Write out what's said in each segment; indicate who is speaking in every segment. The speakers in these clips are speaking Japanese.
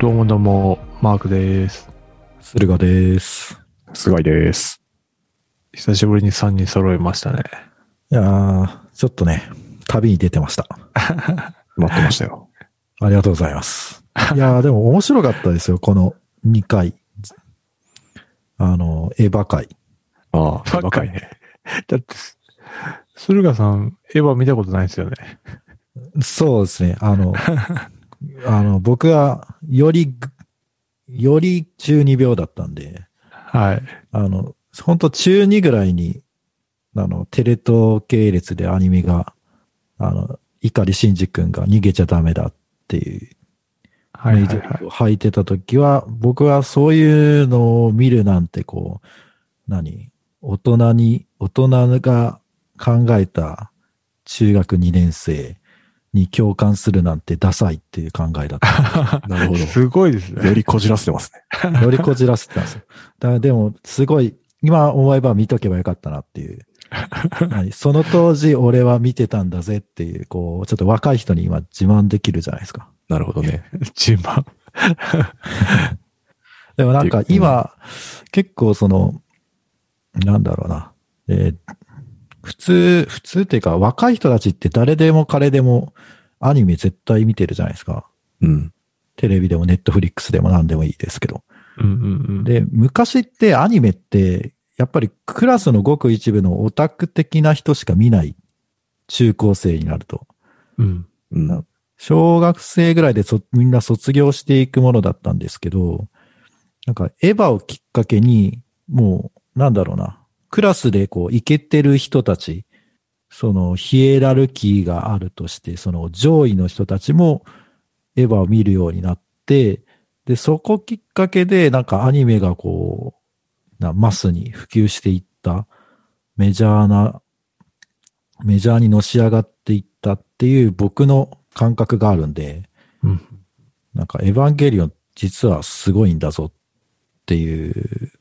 Speaker 1: どうもどうも、マークです。
Speaker 2: 駿河です。
Speaker 3: 菅井です。
Speaker 1: 久しぶりに3人揃いましたね。
Speaker 2: いやー、ちょっとね、旅に出てま した。
Speaker 3: 待ってましたよ。
Speaker 2: ありがとうございます。いやー、でも面白かったですよ、この2回。あの、エヴァ会。
Speaker 3: ああ、
Speaker 1: バカ
Speaker 3: バカ
Speaker 1: い
Speaker 3: い
Speaker 1: ね
Speaker 3: ね。
Speaker 1: だって、駿河さん、エヴァ見たことないですよね。
Speaker 2: そうですね、あの、 あの、僕は、よりぐ、より中二病だったんで、
Speaker 1: はい。
Speaker 2: あの、ほんと中2ぐらいに、あの、テレ東系列でアニメが、あの、碇シンジ君が逃げちゃダメだっていう
Speaker 1: はいはい、
Speaker 2: メイド
Speaker 1: は
Speaker 2: 服を履いてた時は、僕はそういうのを見るなんてこう、何大人に、大人が考えた中学2年生に共感するなんてダサいっていう考えだった。
Speaker 3: なるほ
Speaker 1: い。すごいですね。
Speaker 3: よりこじらせてますね。
Speaker 2: よりこじらせてたんですよ。だからでも、すごい、今思えば見とけばよかったなっていう。はいその当時俺は見てたんだぜっていう、こう、ちょっと若い人に今自慢できるじゃないですか。
Speaker 3: なるほどね。
Speaker 1: 自慢。
Speaker 2: でもなんか今、結構その、なんだろうな。えー普通、普通っていうか若い人たちって誰でも彼でもアニメ絶対見てるじゃないですか。
Speaker 3: うん。
Speaker 2: テレビでもネットフリックスでも何でもいいですけど。
Speaker 1: うんうんうん。
Speaker 2: で、昔ってアニメって、やっぱりクラスのごく一部のオタク的な人しか見ない中高生になると。
Speaker 1: うん。
Speaker 3: うん。
Speaker 2: な小学生ぐらいでそみんな卒業していくものだったんですけど、なんかエヴァをきっかけに、もう、なんだろうな、クラスでこう、イケてる人たち、そのヒエラルキーがあるとして、その上位の人たちもエヴァを見るようになって、で、そこきっかけで、なんかアニメがこう、なマスに普及していった、メジャーなメジャーにのし上がっていったっていう僕の感覚があるんで、
Speaker 1: うん
Speaker 2: なんかエヴァンゲリオン実はすごいんだぞっていう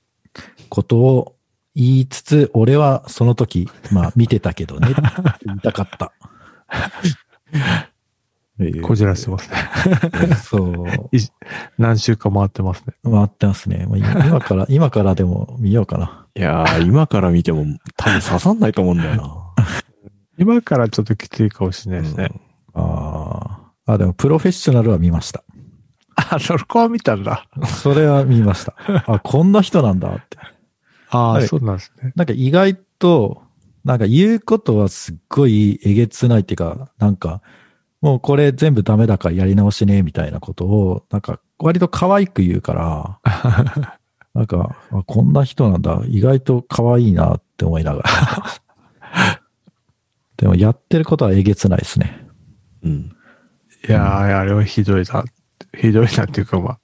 Speaker 2: ことを言いつつ、俺はその時、まあ見てたけどね、って言いたかった。
Speaker 1: こじらしてますね。
Speaker 2: そう。
Speaker 1: 何週か回ってますね。
Speaker 2: 回ってますね。もう今今から、今からでも見ようかな。
Speaker 3: いやー、今から見ても多分刺さんないと思うんだよな。
Speaker 1: 今からちょっときついかもし れないですね。
Speaker 2: ああ。あ、でもプロフェッショナルは見ました。
Speaker 1: あ、そこは見たんだ。
Speaker 2: それは見ました。あ、こんな人なんだって。
Speaker 1: ああ、
Speaker 2: はい
Speaker 1: そうなんですね。
Speaker 2: なんか意外と、なんか言うことはすっごいえげつないっていうか、なんか、もうこれ全部ダメだからやり直しね、みたいなことを、なんか割と可愛く言うから、 なんか、あこんな人なんだ、意外と可愛いなって思いながら。 でもやってることはえげつないですね。
Speaker 3: うん。
Speaker 1: いやー、あれはひどいな。ひどいなっていうか、まあ、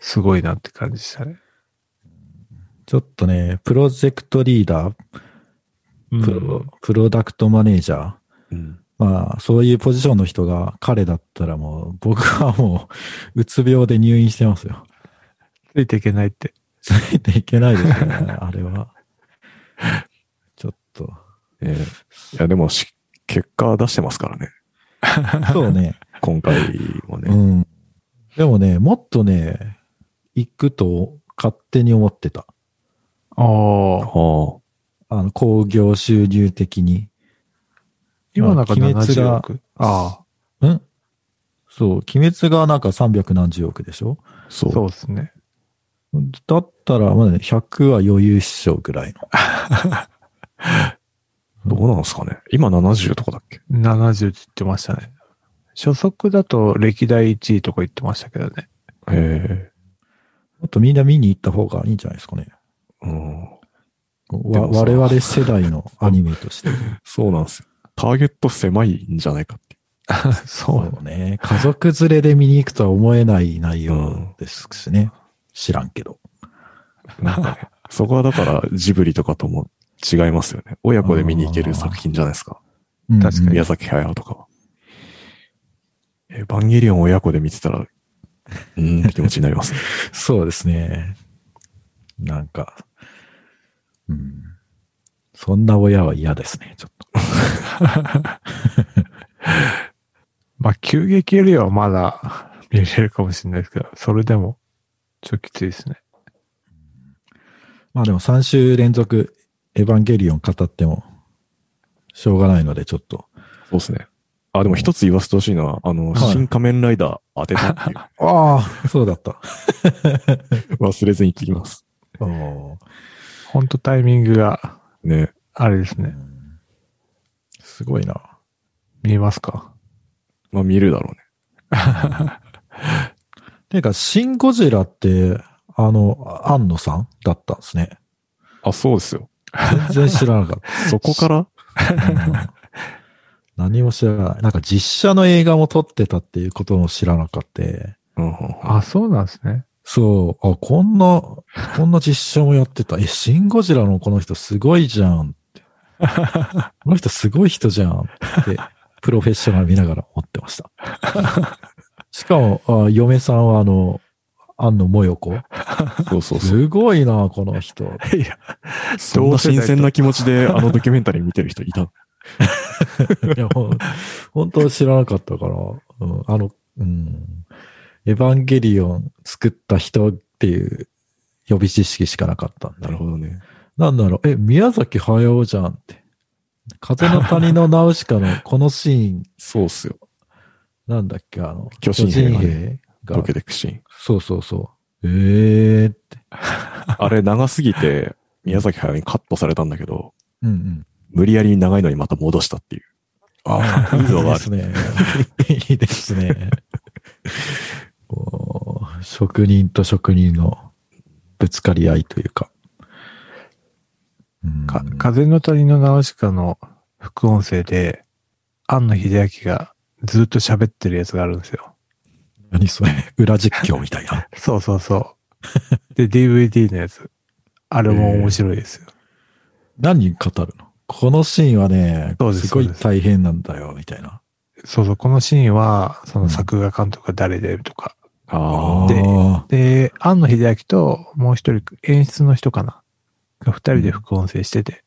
Speaker 1: すごいなって感じでしたね。
Speaker 2: ちょっとね、プロジェクトリーダー、
Speaker 1: うん
Speaker 2: プロ,、プロダクトマネージャー、
Speaker 3: うん。
Speaker 2: まあ、そういうポジションの人が彼だったらもう、僕はもう、うつ病で入院してますよ。
Speaker 1: ついていけないって。
Speaker 2: ついていけないですよね、あれは。ちょっと。
Speaker 3: えーいや、でもし、結果出してますからね。
Speaker 2: そうね。
Speaker 3: 今回も
Speaker 2: う
Speaker 3: ね。
Speaker 2: ん。でもね、もっとね、行くと勝手に思ってた。
Speaker 1: ああ。
Speaker 3: は
Speaker 2: あの、興行収入的に。
Speaker 1: 今なんか
Speaker 2: まあ鬼滅
Speaker 1: 70
Speaker 2: が
Speaker 1: 億。あ
Speaker 2: んそう、鬼滅がなんか300何十億でしょ
Speaker 3: あ、
Speaker 1: あ、
Speaker 3: そ。
Speaker 1: そううですね。
Speaker 2: だったら、まだね、100は余裕っしょぐらいの。
Speaker 3: どうなんですかね。今70とかだっけ
Speaker 1: 70って言ってましたね。初速だと歴代1位とか言ってましたけど ね。
Speaker 3: え
Speaker 2: もっとみんな見に行った方がいいんじゃないですかね。
Speaker 3: えうん。で
Speaker 2: わ
Speaker 3: もさ
Speaker 2: 我々世代のアニメと して。
Speaker 3: そうなんですよ。ターゲット狭いんじゃないかって。
Speaker 1: そ
Speaker 2: そうね。家族連れで見に行くとは思えない内容ですしね。知らんけど。
Speaker 3: なんか ね、そこはだからジブリとかとも違いますよね。親子で見に行ける作品じゃないですか。
Speaker 1: 確かに
Speaker 2: うん
Speaker 3: 宮崎駿とかは。エヴァンゲリオンを親子で見て たら、うーんって気持ちになりますね。
Speaker 2: そうですね。なんか、うん。そんな親は嫌ですね、ちょっと。
Speaker 1: まあ、急激よりはまだ 見れるかもしれないですけど、それでも、ちょっときついですね。
Speaker 2: まあでも3週連続エヴァンゲリオン語ってもしょうがないのでちょっと。
Speaker 3: そうですね。あ、でも一つ言わせてほしいのは、あの、
Speaker 2: はい
Speaker 3: 新仮面ライダー当てたってい
Speaker 2: ああ、そうだった。
Speaker 3: う、忘れずに聞きます。
Speaker 2: おー
Speaker 1: ほんとタイミングが、
Speaker 3: ね。
Speaker 1: あれですね。
Speaker 2: すごいな。
Speaker 1: 見えますか
Speaker 3: まあ見るだろうね。
Speaker 2: ていうか、シン・ゴジラって、あの、安野さんだったんですね。
Speaker 3: あ、そうですよ。
Speaker 2: 全然知らなかっ
Speaker 3: そこから
Speaker 2: た。うん何も知らない。なんか実写の映画も撮ってたっていうことも知らなかった。
Speaker 3: うんうんうん
Speaker 1: あ、そうなんですね。
Speaker 2: そう、あ、こんな、こんな実写もやってた。え、シン・ゴジラのこの人すごいじゃんって。この人すごい人じゃんって、プロフェッショナル見ながら思ってました。しかも、あ嫁さんはあの、安野もよこ。
Speaker 3: そうそうそう。
Speaker 2: すごいな、この人。
Speaker 1: いや、
Speaker 3: そんな新鮮な気持ちで、あのドキュメンタリー見てる人いた。
Speaker 2: いや、もう、本当知らなかったから、うん、あの、うん、エヴァンゲリオン作った人っていう予備知識しかなかったんで。
Speaker 3: なるほどね。
Speaker 2: なんだろう、え、宮崎駿じゃんって。風の谷のナウシカのこのシーン、
Speaker 3: そうっすよ。
Speaker 2: なんだっけ、あの、
Speaker 3: 巨神兵がね
Speaker 2: 兵
Speaker 3: 溶
Speaker 2: が
Speaker 3: け、てくシーン。
Speaker 2: そうそうそう。ええー、って。
Speaker 3: あれ長すぎて、宮崎駿にカットされたんだけど、
Speaker 2: うんうん。
Speaker 3: 無理やり長いのにまた戻したっていう。
Speaker 2: ああ、いい
Speaker 3: のがあ
Speaker 2: ですね。いいですね。こう職人と職人のぶつかり合いというか。う ん
Speaker 1: か、風の谷のナウシカの副音声で、庵野秀明がずっと喋ってるやつがあるんですよ。
Speaker 2: 何それ裏実況みたいな。
Speaker 1: そうそうそう。で、DVD のやつ。あれも面白いですよ。
Speaker 2: 何人語るのこのシーンはね、
Speaker 1: そうです
Speaker 2: すごい
Speaker 1: そうです
Speaker 2: 大変なんだよ、みたいな。
Speaker 1: そうそう、このシーンは、そ
Speaker 2: うん
Speaker 1: の作画監督が誰でとか。
Speaker 3: あ
Speaker 2: ー
Speaker 1: でで、庵野秀明ともう一人、演出の人かな。が二人で副音声してて。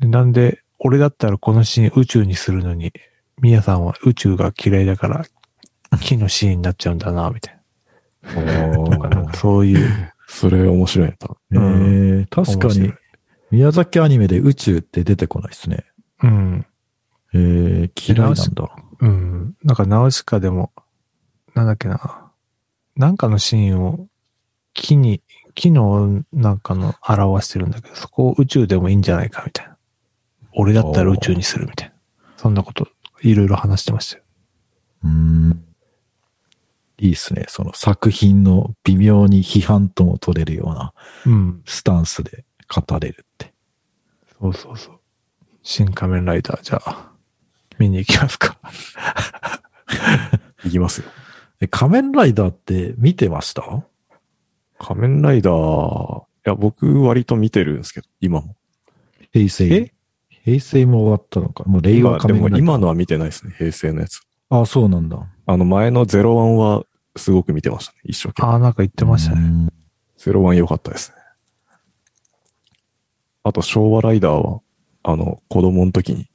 Speaker 1: でなんで、俺だったらこのシーン宇宙にするのに、ミヤさんは宇宙が嫌いだから、木のシーンになっちゃうんだな、みたい
Speaker 3: あ。
Speaker 1: な。 なんかそういう、
Speaker 3: それ面白いね。多分
Speaker 2: えー確か
Speaker 1: 面白
Speaker 2: に
Speaker 1: い、
Speaker 2: 宮崎アニメで宇宙って出てこないですね。
Speaker 1: うん、
Speaker 2: えー、嫌いなんだ。
Speaker 1: うん。なんかナウシカでも、なんだっけな。なんかのシーンを木に、木のなんかの表してるんだけど、そこを宇宙でもいいんじゃないかみたいな。俺だったら宇宙にするみたいな。そんなこと、いろいろ話してましたよ。
Speaker 2: うん。いいっすね。その作品の微妙に批判とも取れるような
Speaker 1: うん。
Speaker 2: スタンスで語れるって。
Speaker 1: そうそうそう。新仮面ライダー、じゃあ、見に行きますか。
Speaker 3: いきますよ。
Speaker 2: え、仮面ライダーって見てました
Speaker 3: 仮面ライダー、いや、僕割と見てるんですけど、今も。
Speaker 2: 平成
Speaker 1: え。
Speaker 2: 平成も終わったのか。もう令
Speaker 3: 今、
Speaker 2: 和
Speaker 3: で
Speaker 2: 仮面ラ
Speaker 3: も
Speaker 2: イダー。
Speaker 3: 今のは見てないですね、平成のやつ。
Speaker 2: あ、そうなんだ。
Speaker 3: あの前の01はすごく見てましたね、一生 懸
Speaker 1: ああ、なんか言ってました
Speaker 2: う
Speaker 1: ね。
Speaker 2: ん
Speaker 3: 命。01良かったですね。あと昭和ライダーは、あの、子供の時に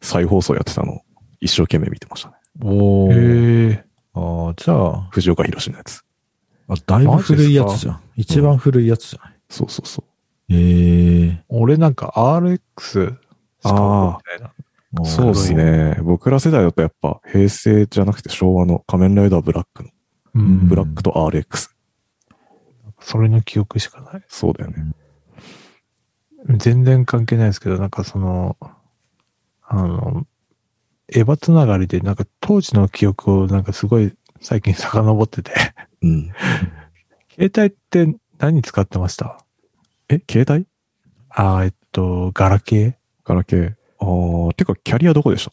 Speaker 3: 再放送やってたのを一生懸命見てましたね。
Speaker 2: おー。
Speaker 1: へえ。
Speaker 2: ああ、じゃあ、
Speaker 3: 藤岡弘のやつ。
Speaker 2: あ、だいぶ古いやつじゃん。一番古いやつじゃない。
Speaker 3: そうそうそう。
Speaker 2: ええ
Speaker 1: 俺なんか RX しか覚えてないな。
Speaker 2: ー。
Speaker 3: そうです
Speaker 2: あ
Speaker 3: ね。僕ら世代だとやっぱ平成じゃなくて昭和の仮面ライダーブラックの、
Speaker 1: う
Speaker 2: うん
Speaker 1: ん。
Speaker 3: ブラックと RX。
Speaker 1: それの記憶しかない。
Speaker 3: そうだよね。
Speaker 1: 全然関係ないですけど、なんかその、あの、エヴァつながりで、なんか当時の記憶をなんかすごい最近遡って て、
Speaker 3: うん。
Speaker 1: 携帯って何使ってました
Speaker 3: え、携帯
Speaker 1: あーえっと、ガラケー
Speaker 3: ガラケー。あー、てかキャリアどこでした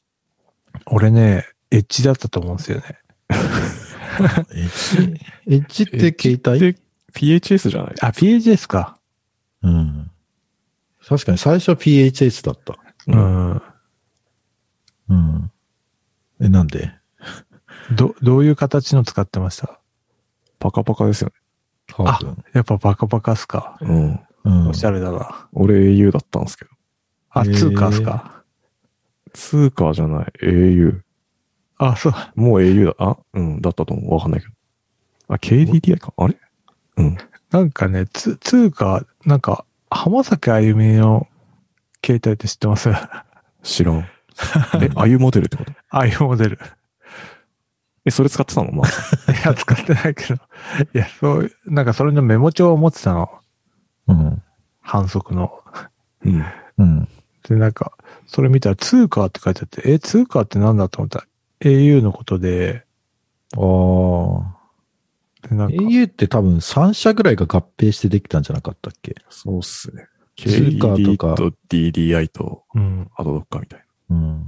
Speaker 1: 俺ね、エッジだったと思うんですよね。
Speaker 2: ーエッジ、エッジって携帯
Speaker 3: で、PHS じゃない
Speaker 1: あ、PHS か。
Speaker 2: うん。確かに最初 PHS だった。
Speaker 1: う
Speaker 3: うん
Speaker 1: ん。
Speaker 2: うん。え、なんで
Speaker 1: ど、どういう形の使ってました
Speaker 3: パカパカですよ
Speaker 2: 多分。
Speaker 1: やっぱバカバカっすか。
Speaker 3: ね。うん。
Speaker 2: うん。
Speaker 1: おしゃれだな。
Speaker 3: 俺 au だったんですけど。
Speaker 1: あ、
Speaker 2: へー
Speaker 1: 通貨っすか。
Speaker 3: ツーカーじゃない、au。
Speaker 1: あ、そうだ。
Speaker 3: もう au だ、あ、うん、だったと思う。わかんないけど。あ、KDDI か。あれうん。
Speaker 1: なんかね、つ、つうか、なんか、浜崎あゆみの携帯って知ってます あ
Speaker 3: 知 らん。え、あゆモデルってこと
Speaker 1: あいうモデル。
Speaker 3: え、それ使ってたのまあ。
Speaker 1: いや、使ってないけど。 いや、そういう、なんかそれのメモ帳を持ってたの。
Speaker 2: うん。
Speaker 1: 反則の。
Speaker 3: うん。
Speaker 2: うん。
Speaker 1: で、なんか、それ見たら、ツーカーって書いてあって、え、ツーカーってなんだと思ったら、au のことで、
Speaker 2: ああ。
Speaker 1: で、なんか、
Speaker 2: au って多分3社ぐらいが合併してできたんじゃなかったっけ
Speaker 3: そうっすね。
Speaker 2: 通貨と
Speaker 3: KDD
Speaker 2: か
Speaker 3: と DDI と、
Speaker 1: うん。
Speaker 3: あとどっかみたい
Speaker 2: うん。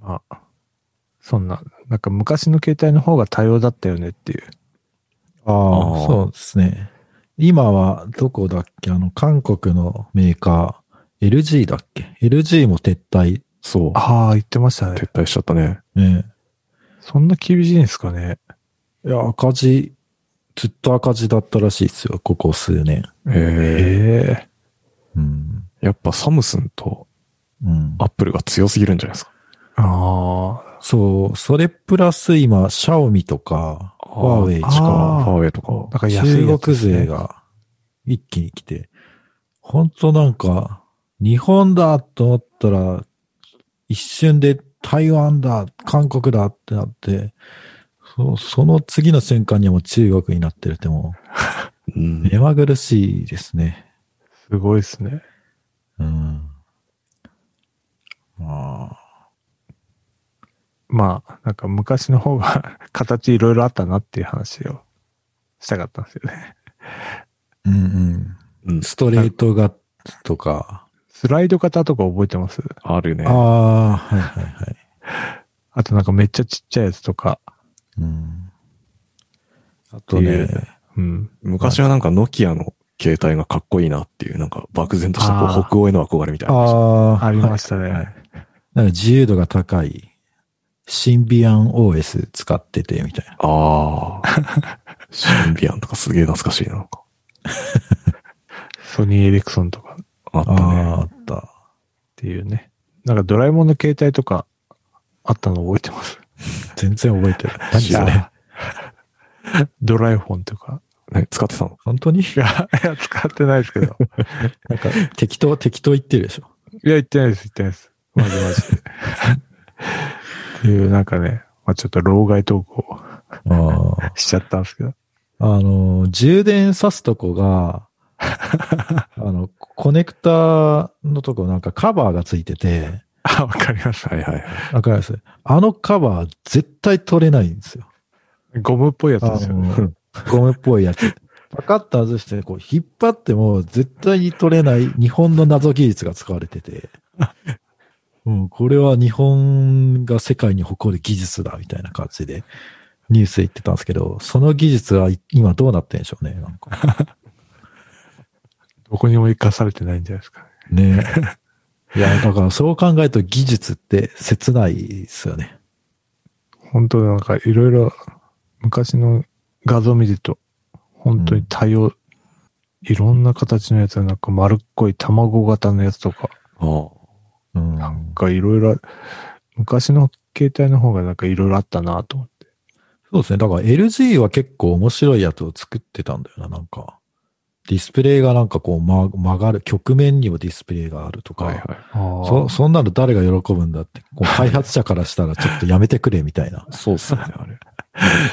Speaker 1: まあ、そんな、なんか昔の携帯の方が多様だったよねっていう。
Speaker 2: ああ、
Speaker 3: ー
Speaker 2: そうですね。今はどこだっけあの、韓国のメーカー、LG だっけ ?LG も撤退。
Speaker 3: な。そう。
Speaker 1: ああ、言ってましたね
Speaker 3: 撤。退しちゃったね。
Speaker 2: ね。
Speaker 1: そんな厳しいんですかね。
Speaker 2: いや、赤字、ずっと赤字だったらしいですよ、ここ数年。
Speaker 3: え
Speaker 1: え
Speaker 3: え
Speaker 1: え
Speaker 2: うん。
Speaker 3: やっぱサムスンと
Speaker 2: うん
Speaker 3: アップルが強すぎるんじゃないですか。
Speaker 1: ああ、
Speaker 2: そう、それプラス今、シャオミとか、
Speaker 3: あー
Speaker 2: ワーウェイと
Speaker 1: あー
Speaker 2: か、
Speaker 3: ああ、ファーウェイとか。
Speaker 1: だから安いやつ
Speaker 2: 中
Speaker 1: で
Speaker 2: 国
Speaker 1: すね
Speaker 2: 勢が一気に来て、本当なんか、日本だと思ったら、一瞬で台湾だ、韓国だってなって、そその次の瞬間にはもう中国になってるっても
Speaker 3: うん
Speaker 2: う、目まぐるしいですね。
Speaker 1: すごいですね。
Speaker 2: うん。まあ、
Speaker 1: まあ、なんか昔の方が 形いろいろあったなっていう話をしたかったんですよね。
Speaker 2: うんうん。
Speaker 3: うん。
Speaker 2: ストレートが、とか、
Speaker 1: スライド型とか覚えてます
Speaker 3: あるね。
Speaker 2: ああ、はいはいはい。
Speaker 1: あとなんかめっちゃちっちゃいやつとか。
Speaker 2: うん。あとね
Speaker 1: って、うん。
Speaker 3: 昔はなんかノキアの携帯がかっこいいなっていう、なんか漠然としたこ
Speaker 1: あ
Speaker 3: う
Speaker 1: ー
Speaker 3: 北欧への憧れみたいな。
Speaker 2: ああ、
Speaker 1: ありましたね。
Speaker 2: はいなんか自由度が高い、シンビアン OS 使ってて、みたいな。
Speaker 3: ああ。シンビアンとかすげえ懐かしいな、なんか。
Speaker 1: ソニーエレクソンとかっ
Speaker 3: あった
Speaker 2: ああ、あ
Speaker 3: ね。
Speaker 2: った。
Speaker 1: ていうね。なんかドラえもんの携帯とかあったの覚えてます。
Speaker 2: 全然覚えてる。何
Speaker 3: 知ら
Speaker 2: そ
Speaker 3: な
Speaker 2: れ。
Speaker 1: ドラえフォンとか。
Speaker 3: ね、使ってたの
Speaker 2: 本当
Speaker 1: い
Speaker 2: に
Speaker 1: や、 いや使ってないですけど。
Speaker 2: なんか適 当、適当言ってるでしょ。
Speaker 1: いや、言ってないです、言ってないです。マジマジで。っていう、なんかね、まあちょっと老害投稿
Speaker 2: ああ。
Speaker 1: しちゃったんですけど。
Speaker 2: あの、充電さすとこ が、あの、コネクタのとこなんかカバーがついてて、
Speaker 1: あ、わかります。
Speaker 3: はいはいはい。
Speaker 2: わかりますあのカバー絶対取れないんですよ。
Speaker 1: ゴムっぽいやつ
Speaker 2: あ
Speaker 1: ですよね。
Speaker 2: の、ゴムっぽいやつ。パカッと外して、こう、引っ張っても絶対に取れない日本の謎技術が使われてて。うん、これは日本が世界に誇る技術だ、みたいな感じでニュース言ってたんですけど、その技術はい今どうなってんでしょうね、なんか。
Speaker 1: どこにも生かされてないんじゃないですかね。
Speaker 2: ね いや、だからそう考えると技術って切ないですよね。
Speaker 1: 本当なんかいろいろ昔の画像見てると、本当に多様、いろんな形のやつ、なんか丸っこい卵型のやつとか、
Speaker 3: あ
Speaker 2: うん。
Speaker 1: なんかいろいろ、昔の携帯の方がなんかいろいろあったなと思って。
Speaker 2: そうですね。だから LG は結構面白いやつを作ってたんだよな、なんか。ディスプレイがなんかこう、ま、曲がる、局面にもディスプレイがあると
Speaker 3: あ。
Speaker 2: か、
Speaker 3: はいはい。。
Speaker 2: そそんなの誰が喜ぶんだって、こう開発者からしたらちょっとやめてくれみたいな
Speaker 3: そうっすね、あれ。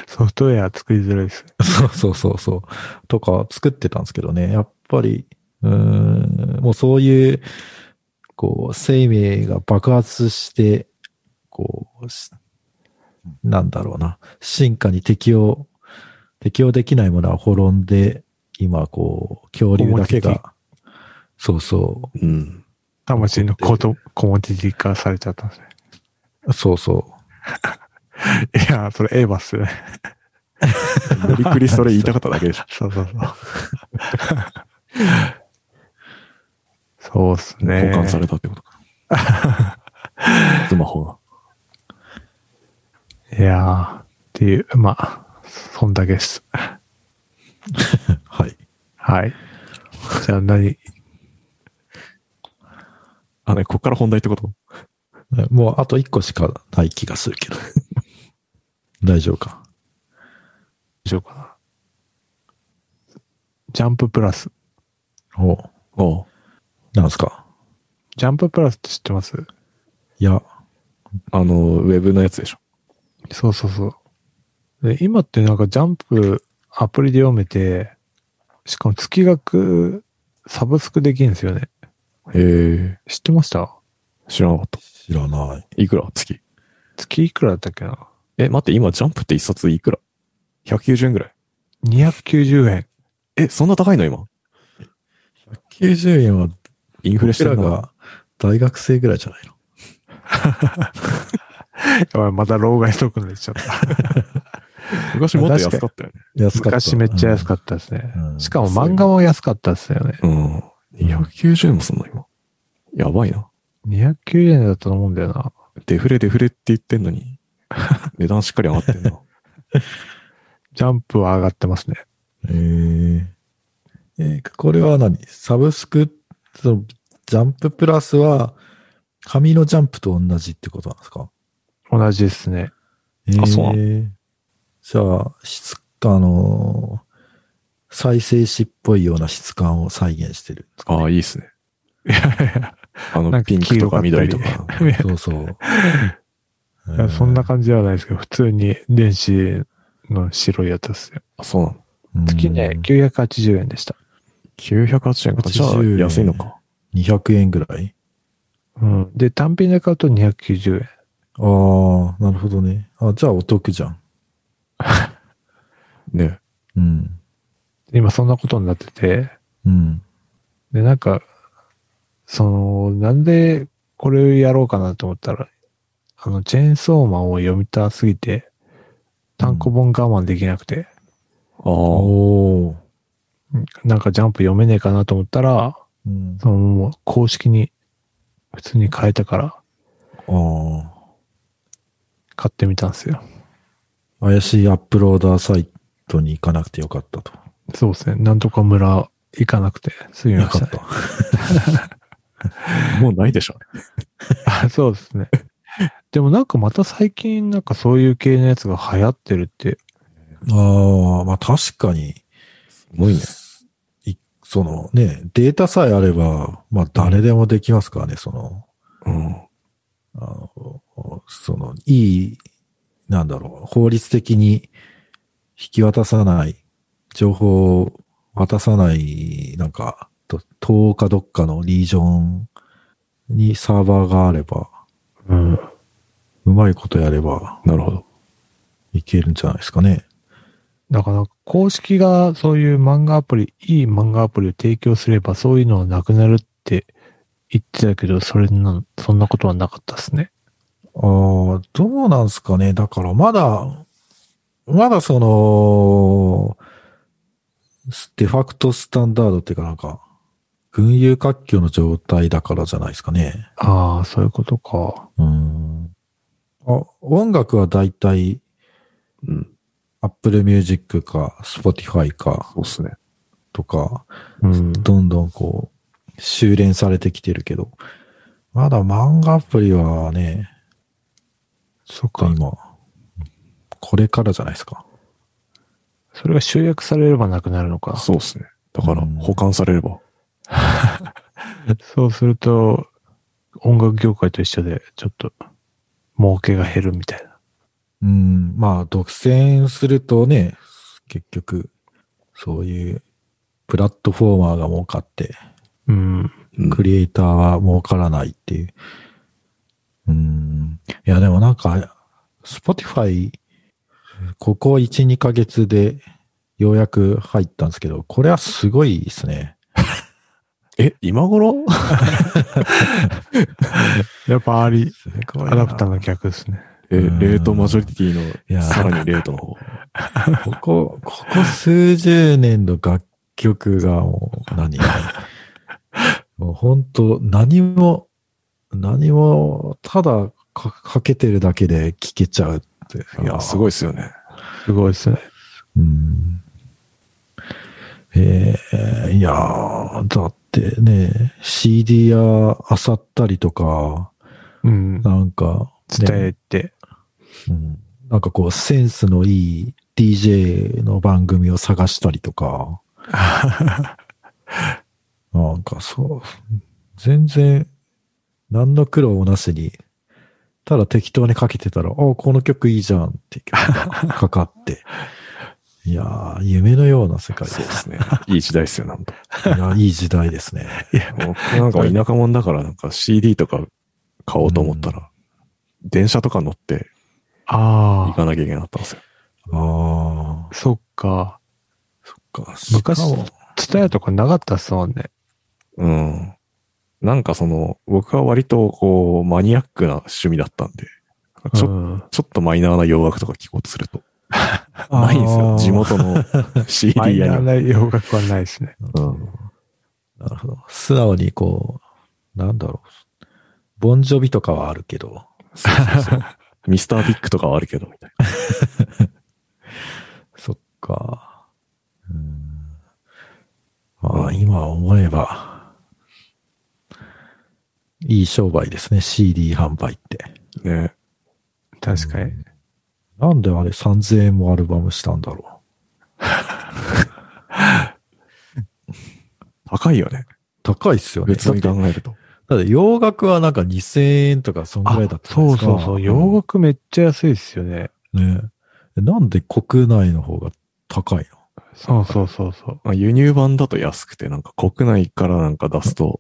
Speaker 1: ソフトウェア作りづらいです。
Speaker 2: そうそうそうそう。とか作ってたんですけどね、やっぱり、うーん、もうそういう、こう、生命が爆発して、こう、しなんだろうな、進化に適応、適応できないものは滅んで、今、こう、恐竜だけ
Speaker 1: コモディテ
Speaker 2: が、そうそ
Speaker 3: うん。
Speaker 1: 魂のこと、コモディティ化されちゃったんですね。
Speaker 2: う、そうそ
Speaker 1: いや、それエヴァっすね。
Speaker 3: 無理くりそれ言いたかっただけでしょ。
Speaker 1: そうそうそう。 そうっすね。
Speaker 3: 交換されたってことか。スマホが。
Speaker 1: いやー、っていう、まあ、そんだけです。
Speaker 2: う。はい。
Speaker 1: はい。じゃあ何
Speaker 3: あ、ね、こっから本題ってこと
Speaker 2: もうあと一個しかない気がするけど。 大丈夫か。
Speaker 1: しようかな。ジャンププラス。
Speaker 2: おう
Speaker 3: おう
Speaker 2: なんすか。
Speaker 1: ジャンププラスって知ってます
Speaker 2: いや、
Speaker 3: あの、ウェブのやつでしょ。
Speaker 1: そうそうそう。で、今ってなんかジャンプアプリで読めて、しかも月額サブスクできるんですよね。
Speaker 3: へえ、
Speaker 1: 知ってました
Speaker 3: 知らなかった。
Speaker 2: 知らない。
Speaker 3: いくら月。
Speaker 1: 月いくらだったっけな
Speaker 3: え、待って、今、ジャンプって一冊いくら ?190 円ぐらい。
Speaker 1: ?290 円。
Speaker 3: え、そんな高いの今。
Speaker 2: 90円は、
Speaker 3: インフレして
Speaker 2: 僕ら
Speaker 3: るの
Speaker 2: が大学生ぐらいじゃないの。
Speaker 1: やばい、また老害トークになっちゃった。
Speaker 3: 昔もっと安かったよね。
Speaker 2: 安かった。
Speaker 1: 昔めっちゃ安
Speaker 2: っ
Speaker 1: かったですね。
Speaker 2: うん
Speaker 1: しかも漫画も安かったですよね。
Speaker 3: うん。290円もそんな今。やばいな。
Speaker 1: 290円だったと思うんだよな。
Speaker 3: デフレデフレって言ってんのに、 値段しっかり上がってんな。
Speaker 1: ジャンプは上がってますね。
Speaker 2: た。へええーこれは何サブスク、そのジャンププラスは、紙のジャンプと同じってことなんですか
Speaker 1: 同じですね。
Speaker 3: あそうな
Speaker 2: え
Speaker 3: の
Speaker 2: ーじゃあ、質、あのー再生紙っぽいような質感を再現して る。
Speaker 3: ああ、いいっすね。
Speaker 1: いやいや
Speaker 3: あ
Speaker 1: な
Speaker 3: の、
Speaker 1: んか
Speaker 3: ピンクとか
Speaker 1: 黄色かったり
Speaker 3: 緑とか。
Speaker 2: そうそう。え
Speaker 1: いや、
Speaker 2: ー
Speaker 1: そんな感じではないですけど、普通に電子の白いやつですよ。
Speaker 3: あ、そうなの。
Speaker 1: 月ね、
Speaker 2: うん
Speaker 1: 980円でした。
Speaker 3: 980円か。じゃあ、
Speaker 2: 80円
Speaker 3: 安いのか。
Speaker 2: 200円ぐらい
Speaker 1: うん。で、単品で買うと290円。
Speaker 2: ああ、なるほどね。あ、じゃあお得じゃん。
Speaker 3: ね。
Speaker 2: うん。
Speaker 1: 今そんなことになってて、
Speaker 2: うん。
Speaker 1: で、なんか、その、なんでこれをやろうかなと思ったら、あの、チェーンソーマンを読みたすぎて、単行本我慢できなくて、
Speaker 3: あ
Speaker 2: おお
Speaker 3: あ、
Speaker 1: なんかジャンプ読めねえかなと思ったら、
Speaker 2: ー。うん。
Speaker 1: その、もう公式に普通に変えたから
Speaker 2: ああ。
Speaker 1: 買ってみたんですよ。
Speaker 2: 怪しいアップローダーサイトに行かなくてよかったと。
Speaker 1: そうですね。なんとか村行かなくて、すみ
Speaker 2: よ
Speaker 1: ま
Speaker 2: か
Speaker 1: せ
Speaker 2: っ
Speaker 1: ん。
Speaker 2: た。
Speaker 3: もうないでしょ。
Speaker 1: あそうですね。でもなんかまた最近なんかそういう系のやつが流行ってるって、
Speaker 2: ああ、まあ確かに。
Speaker 3: すごいね。
Speaker 2: いそのね、データさえあれば、まあ誰でもできますからね、その、
Speaker 3: うん。
Speaker 2: あの、その、いい、なんだろう、法律的に引き渡さない、情報を渡さない、なんか、と東欧かどっかのリージョンにサーバーがあれば、
Speaker 1: うん、
Speaker 2: うまいことやれば
Speaker 3: なるほど。
Speaker 2: いけるんじゃないですかね。
Speaker 1: だから公式がそういう漫画アプリ、いい漫画アプリを提供すればそういうのはなくなるって言ってたけど、それなん、そんなことはなかったですね。
Speaker 2: ああ、どうなんすかね。だからまだ、まだその、スデファクトスタンダードっていうかなんか、群雄割拠の状態だからじゃないですかね。
Speaker 1: ああ、そういうことか。
Speaker 2: うん。あ、音楽はだいたい
Speaker 3: うん。
Speaker 2: Apple Music か Spotify か
Speaker 3: そうっすね。
Speaker 2: とか、
Speaker 1: うん。
Speaker 2: どんどんこう、修練されてきてるけど、まだ漫画アプリはね、
Speaker 1: そっか。
Speaker 2: 今、これからじゃないですか。
Speaker 1: それが集約されればなくなるのか。
Speaker 3: そうっすね。だから、
Speaker 2: うん
Speaker 3: 保管されれば。
Speaker 1: そうすると、音楽業界と一緒で、ちょっと、儲けが減るみたいな。
Speaker 2: うん、まあ、独占するとね、結局、そういう、プラットフォーマーが儲かって、
Speaker 1: うん。
Speaker 3: うん
Speaker 2: クリエイターは儲からないっていう。うん。いや、でもなんか、Spotify、ここ1、2ヶ月で、ようやく入ったんですけど、これはすごいですね。
Speaker 3: え、今頃
Speaker 1: やっぱあり、
Speaker 2: すごいな
Speaker 1: アダプターの客ですね。
Speaker 3: え、
Speaker 2: うん
Speaker 3: レートマジョリティ
Speaker 2: いや
Speaker 3: の、さらにレートの方。
Speaker 2: ここ、ここ数十年の楽曲がもう 何もう本当何も、何も、ただかかけてるだけで聴けちゃうって。
Speaker 3: いや、すご
Speaker 2: い。
Speaker 3: いっすよね。
Speaker 1: すごいですね。
Speaker 2: うん。えー、いやーだってね、CD やあさったりとか、
Speaker 1: うん。
Speaker 2: なんか、
Speaker 1: 伝えて。
Speaker 2: うんなんかこう、センスのいい DJ の番組を探したりと か、なんかそう、全然、何の苦労もなしに、ただ適当にかけてたら、あこの曲いいじゃんって曲 がかかって。いやー、夢のような世界
Speaker 3: そう
Speaker 2: で。
Speaker 3: ですすね。いい時代ですよ、なんと。
Speaker 2: いや、いい時代ですね。
Speaker 3: 僕なんか田舎者だから、なんか CD とか買おうと思ったら、電車とか乗って行
Speaker 1: ああ、
Speaker 3: かなきゃいけなかったんですよ。
Speaker 2: ああ、
Speaker 1: そっか。
Speaker 2: そっか。
Speaker 1: 昔
Speaker 2: しかも
Speaker 1: 伝えとかなかったっすもんね。
Speaker 3: うん。なんかその、僕は割とこう、マニアックな趣味だったんで、ちょ,、
Speaker 1: うん
Speaker 3: ちょっとマイナーな洋楽とか聴こうとすると、
Speaker 2: あー
Speaker 3: ないんですよ。地 元の CD
Speaker 1: マイ
Speaker 3: や
Speaker 1: ナー
Speaker 3: に。
Speaker 1: な洋楽はないですね。
Speaker 3: うん
Speaker 2: なるほど。素直にこう、なんだろう。ボンジョビとかはあるけど、
Speaker 3: そうそうそうミスタービッグとかはあるけど、みたいな。
Speaker 2: そっか。うんま
Speaker 3: う
Speaker 2: あ、
Speaker 3: ん
Speaker 2: 今思えば、いい商売ですね、CD 販売って。
Speaker 3: ね。
Speaker 1: 確かに。
Speaker 2: なんであれ3000円もアルバムしたんだろ
Speaker 3: 高いよね。
Speaker 2: う。高いっすよね。
Speaker 3: 別に
Speaker 2: だって
Speaker 3: 考えると。
Speaker 2: だって洋楽はなんか2000円とかそんぐ
Speaker 1: あ
Speaker 2: らいだったじゃな
Speaker 1: そ
Speaker 2: いうですか
Speaker 1: そうそう。洋楽めっちゃ安いっすよね。
Speaker 2: ね。なんで国内の方が高いの
Speaker 1: そうそうそうそう。
Speaker 3: まあ、輸入版だと安くて、なんか国内からなんか出すと、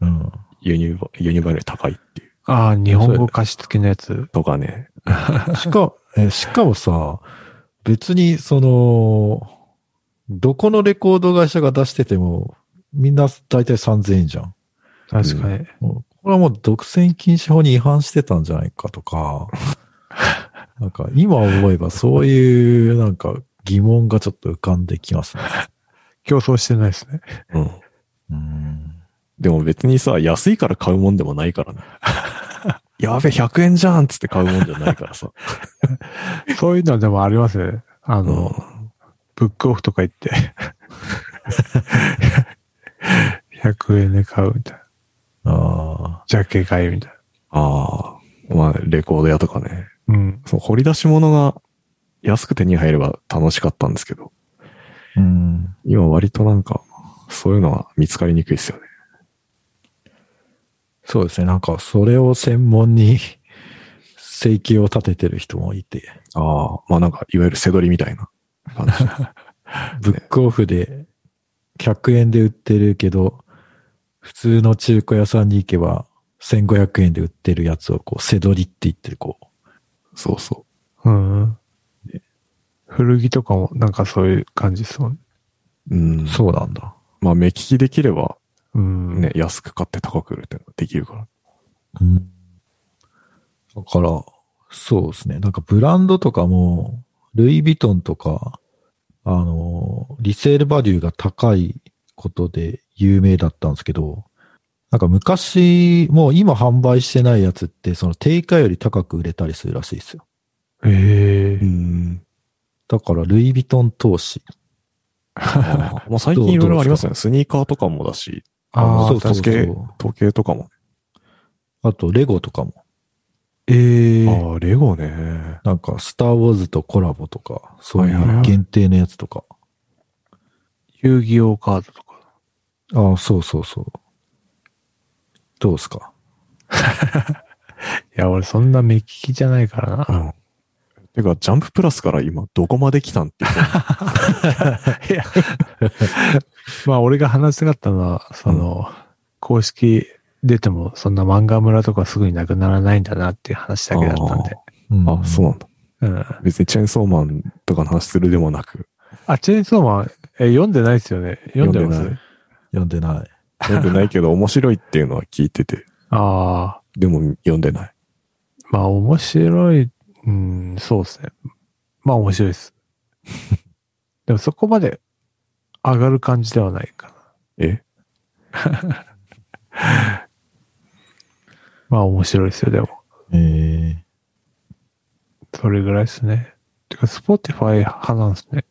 Speaker 2: うん。
Speaker 3: 輸入版、輸入版より高いっていう。
Speaker 1: ああ、日本語歌詞付きのやつ。
Speaker 3: とかね。
Speaker 2: しか、えしかもさ、別に、その、どこのレコード会社が出してても、みんな大体3000円じゃん。
Speaker 1: 確かに。
Speaker 2: もうこれはもう独占禁止法に違反してたんじゃないかとか、 なんか今思えばそういうなんか疑問がちょっと浮かんできますね。
Speaker 1: 競争してないですね。
Speaker 3: うん。
Speaker 2: うん。
Speaker 3: でも別にさ、安いから買うもんでもないからね。 やべ、100円じゃんっつって買うもんじゃないから さ。
Speaker 1: そういうのはでもありますね。あ
Speaker 3: あ
Speaker 1: の、ブックオフとか行って。100円で買うみたいな。
Speaker 2: あ
Speaker 1: ジャケ買いみたい
Speaker 3: ああ、まあ、レコード屋とかね。
Speaker 1: な。うん。
Speaker 3: その掘り出し物が安く手に入れば楽しかったんですけど、
Speaker 2: あ。うん。
Speaker 3: 今割となんか、そういうのは見つかりにくいですよね。
Speaker 2: そうですね。なんかそれを専門に請求を立ててる人もいて。
Speaker 3: ああ、まあなんか、いわゆる背取りみたいな感 じ。
Speaker 2: ブックオフで100円で売ってるけど、普通の中古屋さんに行けば1500円で売ってるやつをこう、せどりって言ってこ
Speaker 3: そうそ
Speaker 1: うん。古着とかもなんかそういう感じですもんね。
Speaker 3: う。うん。
Speaker 2: う。そうなんだ。
Speaker 3: まあ、目利きできれば、
Speaker 1: うん。
Speaker 3: ね、安く買って高く売るってのができるから。
Speaker 2: うん。だから、そうですね。なんかブランドとかも、ルイ・ヴィトンとか、あの、リセールバリューが高いことで有名だったんですけど、なんか昔、もう今販売してないやつって、その定価より高く売れたりするらしいですよ。
Speaker 1: ええ
Speaker 3: ん。
Speaker 2: だから、ルイ・ヴィトン投資。
Speaker 3: ああまあ、最近いろいろありますよね。スニーカーとかもだし、
Speaker 1: ああ、
Speaker 2: そうそう
Speaker 1: 確か
Speaker 2: そ
Speaker 1: に。
Speaker 2: う。
Speaker 3: 時計とかも。
Speaker 2: あと、レゴとかも。
Speaker 1: ええ
Speaker 3: ああ、レゴね。
Speaker 2: なんか、スター・ウォーズとコラボとか、そうい
Speaker 3: はいはいは
Speaker 2: う
Speaker 3: い
Speaker 2: 限定のやつとか。
Speaker 1: 遊戯王カードとか。
Speaker 2: ああ、そうそうそう。どうですか
Speaker 1: いや、俺そんな目利きじゃないからな。
Speaker 3: ん。てか、ジャンププラスから今、どこまで来たんっていうか。
Speaker 1: まあ、俺が話したかったのは、その、公式出ても、そんな漫画村とかすぐになくならないんだなっていう話だけだったんで。
Speaker 2: うん
Speaker 3: あ、そうなんだ。
Speaker 1: うん。
Speaker 3: 別にチェーンソーマンとかの話するでもなく、
Speaker 1: あ、チェーンソーマン、え、読んでないですよね。読んでま
Speaker 3: 読
Speaker 1: す
Speaker 3: んでない
Speaker 2: 読んでない。
Speaker 3: 読んでないけど面白いっていうのは聞いてて、
Speaker 1: ああ、
Speaker 3: でも読んでない。
Speaker 1: まあ、面白い。うん、そうですね。まあ、面白い です。でも、そこまで上がる感じではないかな。
Speaker 3: え
Speaker 1: まあ、面白いですよ、でも。
Speaker 2: ええ
Speaker 1: それぐらいですね。てか、スポティファイ派なんですね。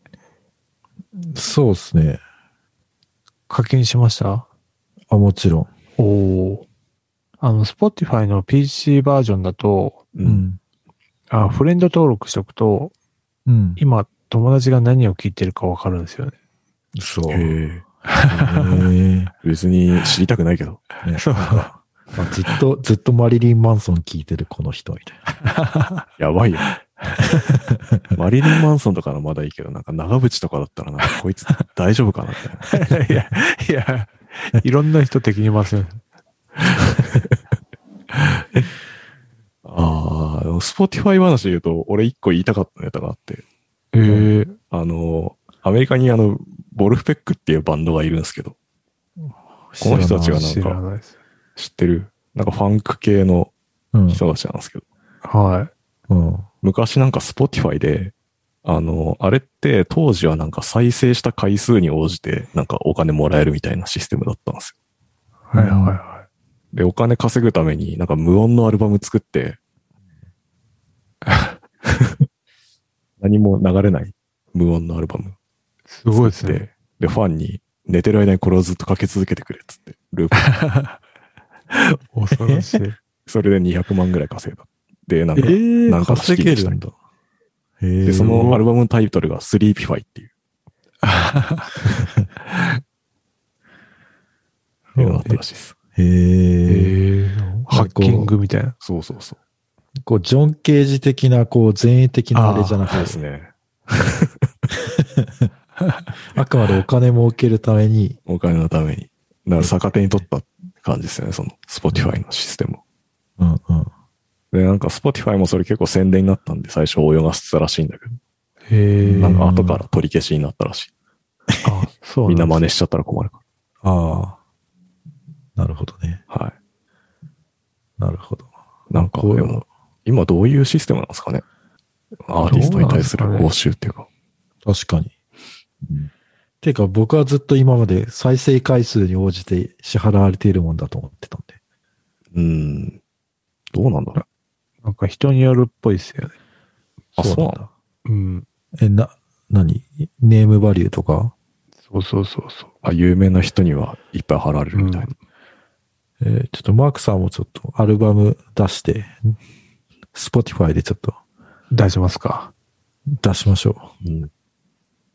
Speaker 2: そうですね。
Speaker 1: 課金しました
Speaker 2: あ、もちろん。
Speaker 1: おお。あの、Spotify の PC バージョンだと、
Speaker 3: う。
Speaker 2: うんん。
Speaker 1: あ、フレンド登録しとくと、
Speaker 2: うん。
Speaker 1: 今、友達が何を聞いてるかわかるんですよね。
Speaker 2: そう。
Speaker 3: へ
Speaker 2: へ
Speaker 3: え。
Speaker 2: ー
Speaker 3: 別に知りたくないけど。
Speaker 2: ねあずっと、ずっとマリリン・マンソン聞いてるこの人みたいな。
Speaker 3: やばいよ。マリリン・マンソンとかのまだいいけど、なんか長渕とかだったらなんかこいつ大丈夫かなみたいな。
Speaker 1: いや、いや、いろんな人敵に回すよね。
Speaker 3: ああ、スポティファイ話で言うと、俺一個言いたかったネタがあって、
Speaker 1: えー、
Speaker 3: あの、アメリカにあの、ボルフペックっていうバンドがいるんですけど、この人たちがなん
Speaker 1: 知ら
Speaker 3: か
Speaker 1: ないです。
Speaker 3: 知ってる、なんかファンク系の
Speaker 2: うん。
Speaker 3: 人たちなんですけど、
Speaker 1: は
Speaker 2: うん。
Speaker 3: 昔なんかスポティファイで、あの、あれって当時はなんか再生した回数に応じてなんかお金もらえるみたいなシステムだったんですよ。
Speaker 1: い。はいはいは
Speaker 3: で、お金稼ぐためになんか無音のアルバム 作って、何も流れない無音のアルバム。
Speaker 1: い。すごいですね。
Speaker 3: で、で、ファンに寝てる間にこれをずっとかけ続けてくれっつって、ループ。
Speaker 1: 恐ろしい。
Speaker 3: それで200万ぐらい稼いだ。で、なん
Speaker 2: え
Speaker 3: か、
Speaker 2: ー
Speaker 3: なんか好き
Speaker 2: 稼
Speaker 3: で
Speaker 2: げ
Speaker 3: した
Speaker 2: るんだ。へー
Speaker 3: で、そのアルバムのタイトルがスリーピファイっていう。っていうのだったらしいです。
Speaker 2: へ
Speaker 1: え
Speaker 2: え。
Speaker 1: ー、ハッキングみたいな。
Speaker 3: そうそうそう。
Speaker 2: こう、ジョン・ケージ的な、こう、前衛的なあれじゃなく
Speaker 3: そうで
Speaker 2: て
Speaker 3: す、ね。
Speaker 2: あくまでお金儲けるために、
Speaker 3: お金のために。だから逆手に取った感じですよね、その Spotify のシステムを。
Speaker 2: うんうん。
Speaker 3: で、なんか Spotify もそれ結構宣伝になったんで、最初泳がせてたらしいんだけ
Speaker 1: えー、
Speaker 3: ど、なんか後から取り消しになったらしい。
Speaker 1: あ、そう
Speaker 3: みんな真
Speaker 1: 似。
Speaker 3: 似しちゃったら困るか
Speaker 2: ああ。なるほどね。
Speaker 3: ら。はい。
Speaker 2: なるほど。
Speaker 3: なんか、
Speaker 2: こう
Speaker 3: でも、今どういうシステムなんですかねアーティストに対する
Speaker 1: どうなん
Speaker 3: 報
Speaker 1: で
Speaker 3: 酬っていうか。
Speaker 2: 確かに。てか、僕はずっと今まで再生回数に応じて支払われているもんだと思ってたんで。
Speaker 3: うん。どうなんだろう。
Speaker 1: なんか人によるっぽいですよね。
Speaker 3: あ、そうなん
Speaker 2: ん
Speaker 3: だ。
Speaker 1: うん。
Speaker 2: だ。え、な、何ネームバリューとか
Speaker 1: そうそうそうそう。
Speaker 3: あ、有名な人にはいっぱい払われるみたいな。
Speaker 2: えーちょっとマークさんもちょっとアルバム出して、スポティファイでちょっと
Speaker 1: 出しますか。
Speaker 2: 出しましょ
Speaker 3: うん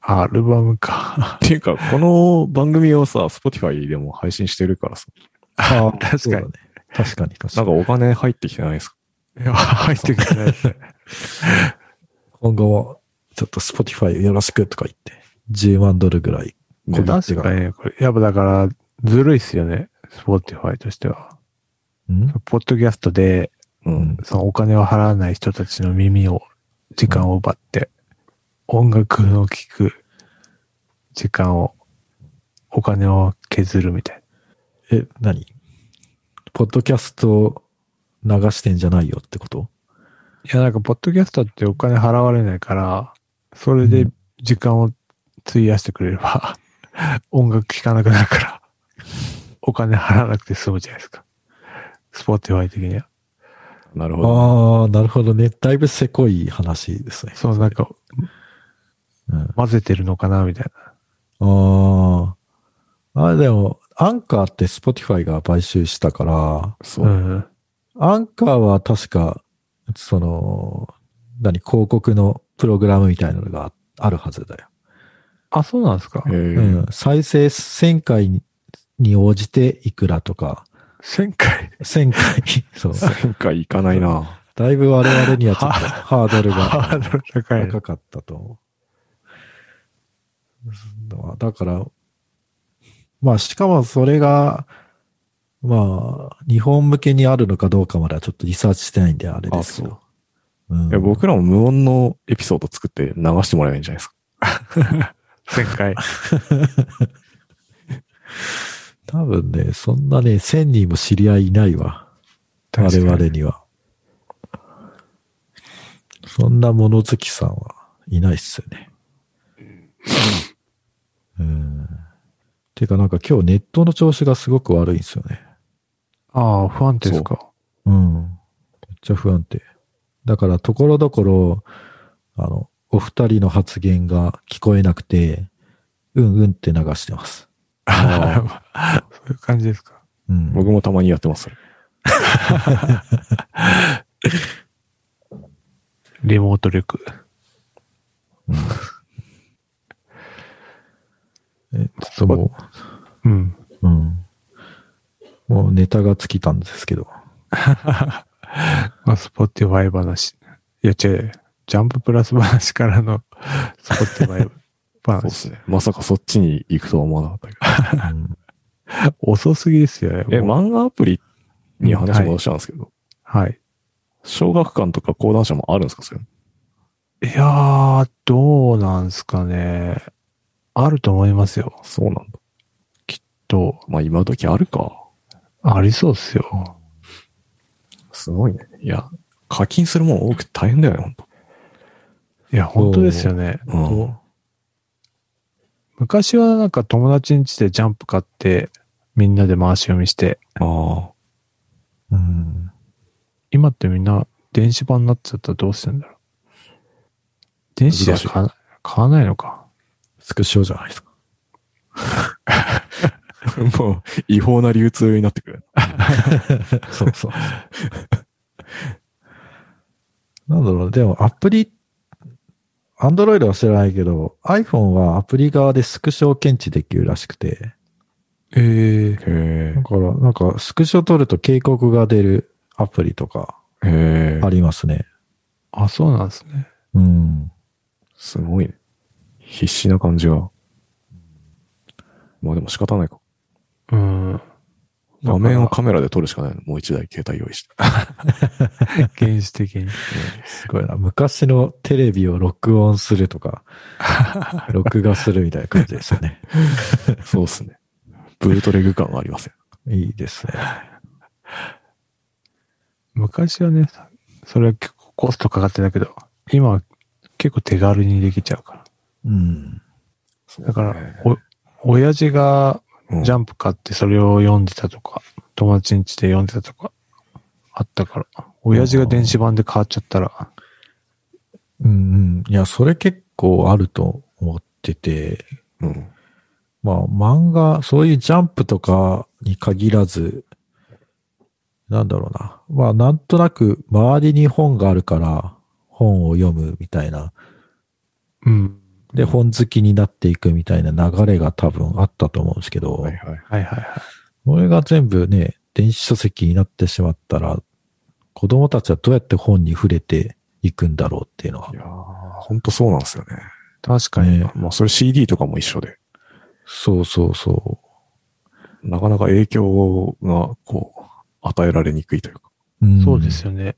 Speaker 1: アルバムか。
Speaker 3: っていうか、この番組をさ、Spotify でも配信してるからさ、
Speaker 2: う。 ああ、確
Speaker 1: かに
Speaker 2: ね、確かに確
Speaker 3: な
Speaker 2: か
Speaker 3: ん
Speaker 2: に。
Speaker 3: かお金入ってきてないですか
Speaker 1: いや、入ってきてないですね。
Speaker 2: 今後も、ちょっとスポティファイよろしくとか言って、10万ドルぐらい。
Speaker 1: こ
Speaker 3: ね
Speaker 1: れ確かにね、これ。やっぱだから、ずるいっすよね。スポーティファイとしては。
Speaker 2: ん
Speaker 1: ポッドキャストで、
Speaker 3: うん。
Speaker 1: そのお金を払わない人たちの耳を、時間を奪って、音楽の聴く時間を、お金を削るみたい
Speaker 2: え、何ポッドキャスト流してんじゃないよってこと
Speaker 1: な。いや、なんか、ポッドキャストってお金払われないから、それで時間を費やしてくれれば、 音楽聴かなくなるから、お金払わなくて済むじゃないですか。スポーティファイ的には。
Speaker 3: なるほど。
Speaker 2: ああ、なるほどね。だいぶせこい話ですね。
Speaker 1: そう、なんか、
Speaker 2: うん
Speaker 1: 混ぜてるのかな、みたい
Speaker 2: ああ。あ、でも、アンカーって Spotify が買収したから、
Speaker 3: そ
Speaker 1: な。う
Speaker 3: う。
Speaker 1: ん。
Speaker 2: アンカーは確か、その、何、広告のプログラムみたいなのがあるはずだよ。
Speaker 1: あ、そうなんですか
Speaker 3: え。
Speaker 2: う
Speaker 3: ー
Speaker 2: ん。再生1000回にに応じていくらとか、
Speaker 1: 1000回。
Speaker 2: 1000回、 そう。
Speaker 3: 前回行かないな。
Speaker 2: だいぶ我々にはちょっとハードルが
Speaker 1: ハードル高い。
Speaker 2: 高かったと思う。まあだから、まあしかもそれが、まあ、日本向けにあるのかどうかまではちょっとリサーチしてないんであれですけど。うん
Speaker 3: いや僕らも無音のエピソード作って流してもらえばいいんじゃないですか。
Speaker 1: 1000回。
Speaker 2: 多分ね、そんなね、1000人も知り合いいないわ。我
Speaker 1: 確か
Speaker 2: 々には。そんな物好きさんはいないっすよね。うん。てかなんか今日ネットの調子がすごく悪いんですよね。
Speaker 1: ああ、不安定ですか。
Speaker 2: うん。めっちゃ不安定。だからところどころ、あの、お二人の発言が聞こえなくて、うんうんって流してます。
Speaker 1: ああ そういう感じですか。
Speaker 2: うん。
Speaker 3: 僕もたまにやってます。
Speaker 1: リモート力。
Speaker 2: えちょっとも
Speaker 1: うん。
Speaker 2: う、うん。もうネタが尽きたんです けど。
Speaker 1: まあ、スポティファイ話。いや、違う。ジャンププラス話からのスポティ ファイ
Speaker 3: そうで
Speaker 1: 話。
Speaker 3: すね。まさかそっちに行くとは思わなかったけ
Speaker 2: うん
Speaker 1: 遅すぎですよね。
Speaker 3: ど。え、
Speaker 1: もう
Speaker 3: 漫画アプリに話戻したんですけど、
Speaker 1: はい。
Speaker 3: 小学館とか講談社もあるんですかそれ
Speaker 1: いやー、どうなんすかね。あると思いますよ。
Speaker 3: そうなんだ。
Speaker 1: と、
Speaker 3: まあ今時あるか。
Speaker 1: ありそうっすよ。
Speaker 3: すごいね。いや、課金するもん多くて大変だよね、
Speaker 1: いや、本当ですよね。
Speaker 3: ほんと。うん。
Speaker 1: 昔はなんか友達ん家でジャンプ買って、みんなで回し読みして、
Speaker 3: ああ。
Speaker 2: うん
Speaker 1: 今ってみんな電子版になっちゃったらどうするんだろう。電子では買わ買わないのか。
Speaker 2: スクショじゃないですか。
Speaker 3: もう、違法な流通になってくる。
Speaker 2: そうそう。なんだろう、でもアプリ、アンドロイドは知らないけど、iPhone はアプリ側でスクショを検知できるらしくて、
Speaker 1: え
Speaker 3: へ
Speaker 2: だからなんかスクショ撮ると警告が出るアプリとか
Speaker 3: え。へえ
Speaker 2: あ。りますね。
Speaker 1: あ、そうなんですね。
Speaker 2: うん。
Speaker 3: すごいね。必死な感じが。まあでも仕方ないか。
Speaker 1: うん。
Speaker 3: 画面をカメラで撮るしかないの。もう一台携帯用意して。
Speaker 1: 原始的に。
Speaker 2: すごいな。昔のテレビを録音すると か、録画するみたいな感じですよね。
Speaker 3: そうっすね。ブートレグ感はありません。
Speaker 2: いいですね。
Speaker 1: 昔はね、それは結構コストかかってたけど、今は結構手軽にできちゃうから。
Speaker 2: うん。
Speaker 1: だから、お、親父が
Speaker 3: うん
Speaker 1: ジャンプ買ってそれを読んでたとか、友達ん家で読んでたとか、あったから、親父が電子版で変わっちゃったら、
Speaker 2: うんうん。いや、それ結構あると思ってて、
Speaker 3: うん。
Speaker 2: まあ漫画、そういうジャンプとかに限らず、なんだろうな。まあなんとなく周りに本があるから本を読むみたいな。
Speaker 1: うん。
Speaker 2: で、本好きになっていくみたいな流れが多分あったと思うんですけど、
Speaker 3: はいはい。。
Speaker 1: はいはいはい。
Speaker 2: これが全部ね、電子書籍になってしまったら、子供たちはどうやって本に触れていくんだろうっていうのはい
Speaker 3: やー、ほんとそうなんですよね。
Speaker 1: 確かに。
Speaker 2: ね
Speaker 3: まあそれ CD とかも一緒で、
Speaker 2: そうそうそう。
Speaker 3: なかなか影響がこう、与えられにくいというか。
Speaker 2: うん
Speaker 1: そうですよね。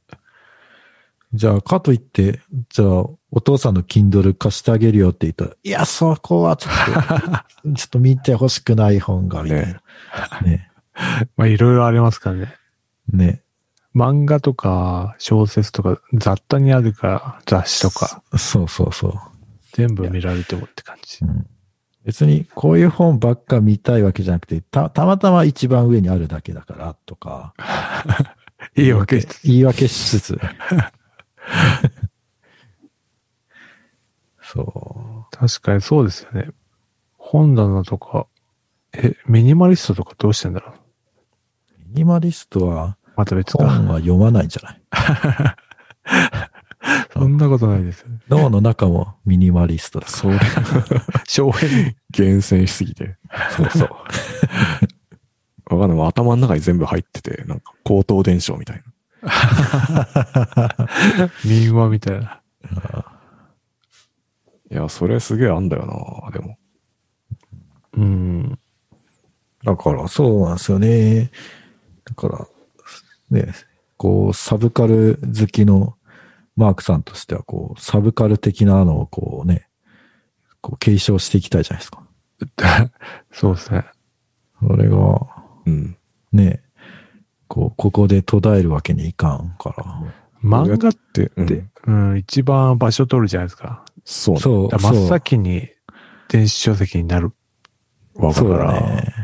Speaker 2: じゃあ、かといって、じゃあ、お父さんの Kindle 貸してあげるよって言ったら、いや、そこはちょっ と、ちょっと見てほしくない本が、みたいな。ね。
Speaker 1: まあいろいろありますからね。
Speaker 2: ね。
Speaker 1: 漫画とか小説とか雑多にあるから雑誌とか
Speaker 2: そ。そうそうそ
Speaker 1: 全部見られてもって感じ
Speaker 2: う。。うん別に、こういう本ばっか見たいわけじゃなくて、た、たまたま一番上にあるだけだから、とか。
Speaker 1: いいわけ。
Speaker 2: 言い訳しつ つ。そ
Speaker 1: 確かにそうですよね。本棚とか、え、ミニマリストとかどうしてんだろう
Speaker 2: う。ミニマリストは、
Speaker 1: また別
Speaker 2: 本
Speaker 1: か。
Speaker 2: は読まないんじゃない
Speaker 1: そんなことないですよ ね。
Speaker 2: 脳の中もミニマリストだから。
Speaker 3: それ、
Speaker 1: 小編。
Speaker 3: 厳選しすぎて。そうそう。わかんない。もう頭の中に全部入ってて、なんか、口頭伝承みたいな。
Speaker 1: 民話みたいな。
Speaker 3: いや、それすげえあんだよな、でも。
Speaker 1: うん。
Speaker 2: だから、そうなんですよね。だから、ね、こう、サブカル好きのマークさんとしては、こう、サブカル的なのをこうね、こう、継承していきたいじゃないですか。
Speaker 1: そうですね。
Speaker 2: それが、
Speaker 3: うん。
Speaker 2: ね、こう、ここで途絶えるわけにいかんか
Speaker 1: 漫画っ
Speaker 3: で、う
Speaker 1: て
Speaker 3: ん、、
Speaker 1: うん、一番場所取るじゃないですか。
Speaker 3: そう
Speaker 2: ら。
Speaker 3: ね。
Speaker 2: そう、
Speaker 1: だから
Speaker 2: そう
Speaker 1: 真っ先に電子書籍になる。
Speaker 3: わか
Speaker 2: そ
Speaker 3: る
Speaker 2: う
Speaker 3: か
Speaker 2: だ
Speaker 3: ら、
Speaker 2: ね。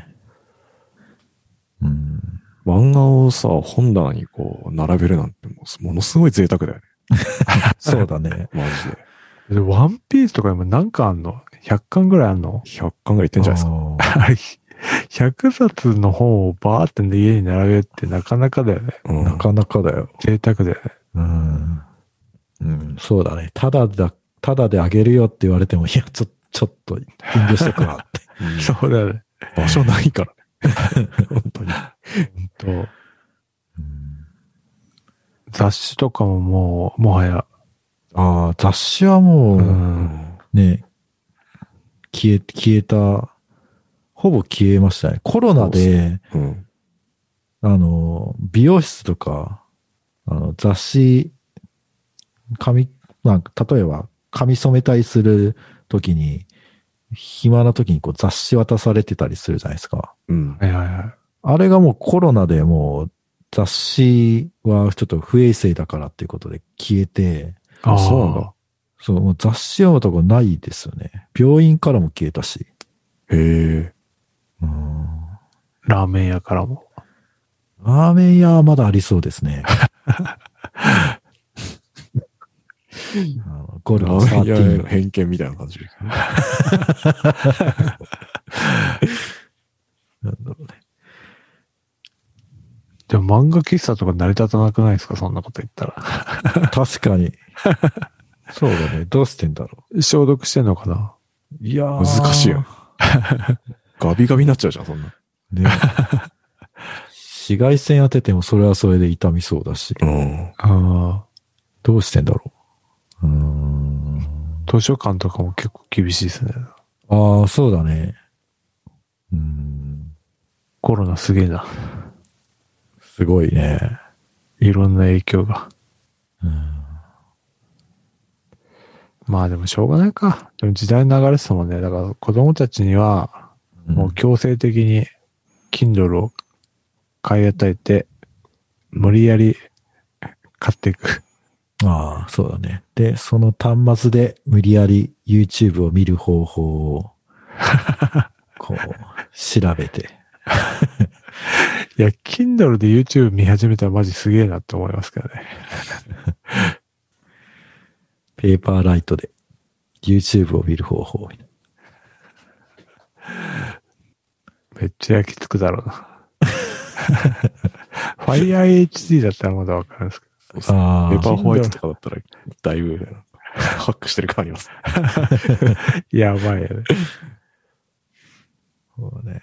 Speaker 2: うん。
Speaker 3: 漫画をさ、本棚にこう、並べるなんてもう、ものすごい贅沢だよね。
Speaker 2: そうだ ね。
Speaker 3: マジで。
Speaker 1: でワンピースとか今何巻あんの ?100 巻ぐらいあんの
Speaker 3: 100巻ぐらいいってんじゃないですか。
Speaker 2: あー
Speaker 1: あれ、 100冊の本をバーって家に並べるってなかなかだよね。
Speaker 3: うん
Speaker 2: なかなかだよ。
Speaker 1: 贅沢だよね。
Speaker 2: うん。うん、そうだね。ただだ、ただであげるよって言われても、いや、ちょ、ちょっと、遠慮しとく わって。
Speaker 1: そうだよね。
Speaker 3: 場所ないからね。本当に。
Speaker 1: と
Speaker 2: うん
Speaker 1: 雑誌とかももう、もはや、
Speaker 2: ああ、雑誌はも
Speaker 1: う
Speaker 2: う、
Speaker 1: ん、
Speaker 2: ね、消え、消えた、ほぼ消えましたね。コロナ
Speaker 3: そう
Speaker 2: で、
Speaker 3: うん。
Speaker 2: あの、美容室とか、あの、雑誌、髪、なんか、例えば、髪染めたりするときに、暇なときにこう雑誌渡されてたりするじゃないですか。
Speaker 3: うん。
Speaker 1: はいはいはい。
Speaker 2: あれがもうコロナでもう雑誌はちょっと不衛生だからっていうことで消えて、
Speaker 1: ああ、
Speaker 3: そうなんだ。
Speaker 2: そう、もう雑誌読むとこないですよね。病院からも消えたし。
Speaker 3: へえ。
Speaker 2: うん
Speaker 1: ラーメン屋からも。
Speaker 2: ラーメン屋はまだありそうですね。あの ゴル
Speaker 3: ラ
Speaker 2: ゴ
Speaker 3: ーメン屋への
Speaker 2: 13。
Speaker 3: 偏見みたいな感じ。
Speaker 2: なんだろうね
Speaker 1: でも漫画喫茶とか成り立たなくないですかそんなこと言ったら。
Speaker 2: 確かに。そうだね。どうしてんだろ
Speaker 1: 消毒してんのかな
Speaker 2: う。いやー
Speaker 3: 難しいよ。ガビガビになっちゃうじゃん、そんな。
Speaker 2: ね紫外線当ててもそれはそれで痛みそうだし。
Speaker 3: うん。
Speaker 1: ああ。
Speaker 2: どうしてんだろう。うーん。
Speaker 1: 図書館とかも結構厳しいですね。
Speaker 2: ああ、そうだね。うーん。
Speaker 1: コロナすげえな。
Speaker 2: すごいね。
Speaker 1: いろんな影響が。
Speaker 2: うん
Speaker 1: まあでもしょうがないか。でも時代の流れですもんね。だから子供たちには、もう強制的に Kindle を買い与えて、無理やり買っていく。
Speaker 2: ああ、そうだね。で、その端末で無理やり YouTube を見る方法 を、こう、調べて。
Speaker 1: いや、Kindle で YouTube 見始めたらマジすげえなって思いますけどね。
Speaker 2: ペーパーライトで YouTube を見る方法。
Speaker 1: めっちゃ焼きつくだろうな。FireHD だったらまだわかるんですけど。
Speaker 2: あ
Speaker 3: ペーパ
Speaker 2: あ、
Speaker 3: ーホワイトとかだったら、だいぶ、 ハックしてる感あります。
Speaker 1: やばいよね。
Speaker 2: そうね。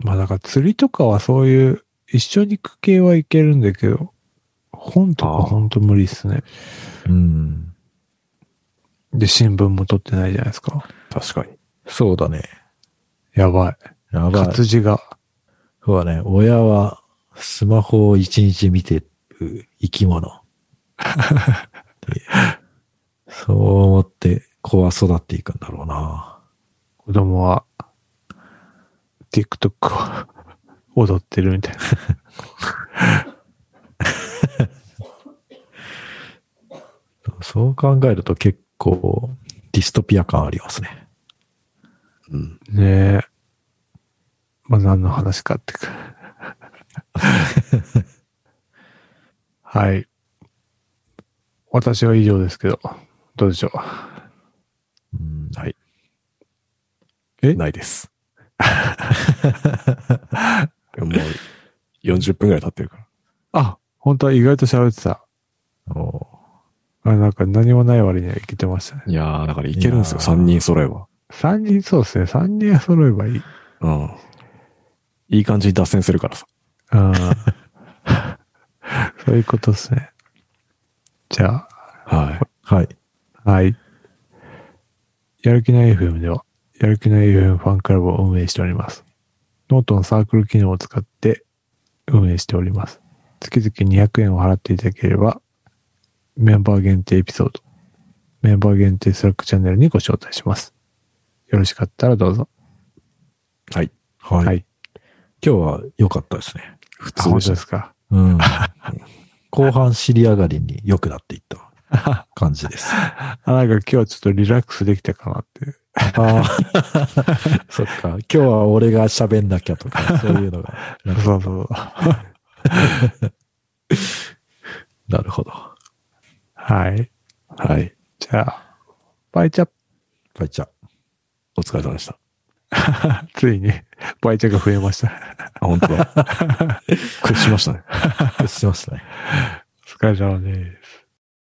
Speaker 1: まあだから釣りとかはそういう、一緒に行く系はいけるんだけど、本とかほんと無理っすね。
Speaker 2: うん。
Speaker 1: で、新聞も取ってないじゃないですか。
Speaker 3: 確かに。
Speaker 2: そうだね。
Speaker 1: やばい。
Speaker 2: やばい。
Speaker 1: 活字が。
Speaker 2: そうだね。親はスマホを一日見てる生き 物。でそう思って子は育っていくんだろうな。
Speaker 1: 子供は、TikTok を 踊ってるみたいな。
Speaker 2: そう考えると結構ディストピア感ありますね。
Speaker 3: うん。
Speaker 1: ねえ。まあ、何の話かってか。はい。私は以上ですけど、どうでしょう。
Speaker 2: うん
Speaker 3: はい。
Speaker 1: え
Speaker 3: ないです。もう、40分ぐらい経ってるから。
Speaker 1: あ、本当は意外と喋ってた。
Speaker 2: お
Speaker 1: あなんか何もない割にはいけてましたね。
Speaker 3: いやー、だからいけるんですよ、
Speaker 2: いやー
Speaker 3: 3人揃えば。
Speaker 1: 3人、そうですね。3人揃えばいい。
Speaker 3: うん。いい感じに脱線するからさ。
Speaker 1: うん。そういうことですね。じゃあ、
Speaker 3: はい。
Speaker 2: はい。
Speaker 1: はい。やる気ない FM では、やる気ない FM ファンクラブを運営しております。ノートのサークル機能を使って運営しております。月々200円を払っていただければ、メンバー限定エピソード、メンバー限定スラックチャンネルにご招待します。よろしかったらどうぞ。
Speaker 3: はい。
Speaker 2: はい。
Speaker 1: はい
Speaker 2: 今日は良かったですね。
Speaker 3: 普
Speaker 1: あ
Speaker 3: 通で
Speaker 1: 本
Speaker 3: し
Speaker 1: 当
Speaker 3: た
Speaker 1: で。すか。
Speaker 2: うん。後半尻上がりに良くなっていった感じです。あ
Speaker 1: あ、なんか今日はちょっとリラックスできたかなっていう。
Speaker 2: ー そっか。今日は俺が喋んなきゃとか、そういうのが。なる
Speaker 1: そうそう。
Speaker 2: なるほど。
Speaker 1: はい。
Speaker 3: はい。
Speaker 1: じゃあ、バイチャップ
Speaker 2: バイチャ。
Speaker 3: お疲れ様でした。
Speaker 1: ついに、バイチャが増えました。
Speaker 3: あ、本当だ。屈しましたね。
Speaker 2: しましたね。
Speaker 1: お疲れ様です。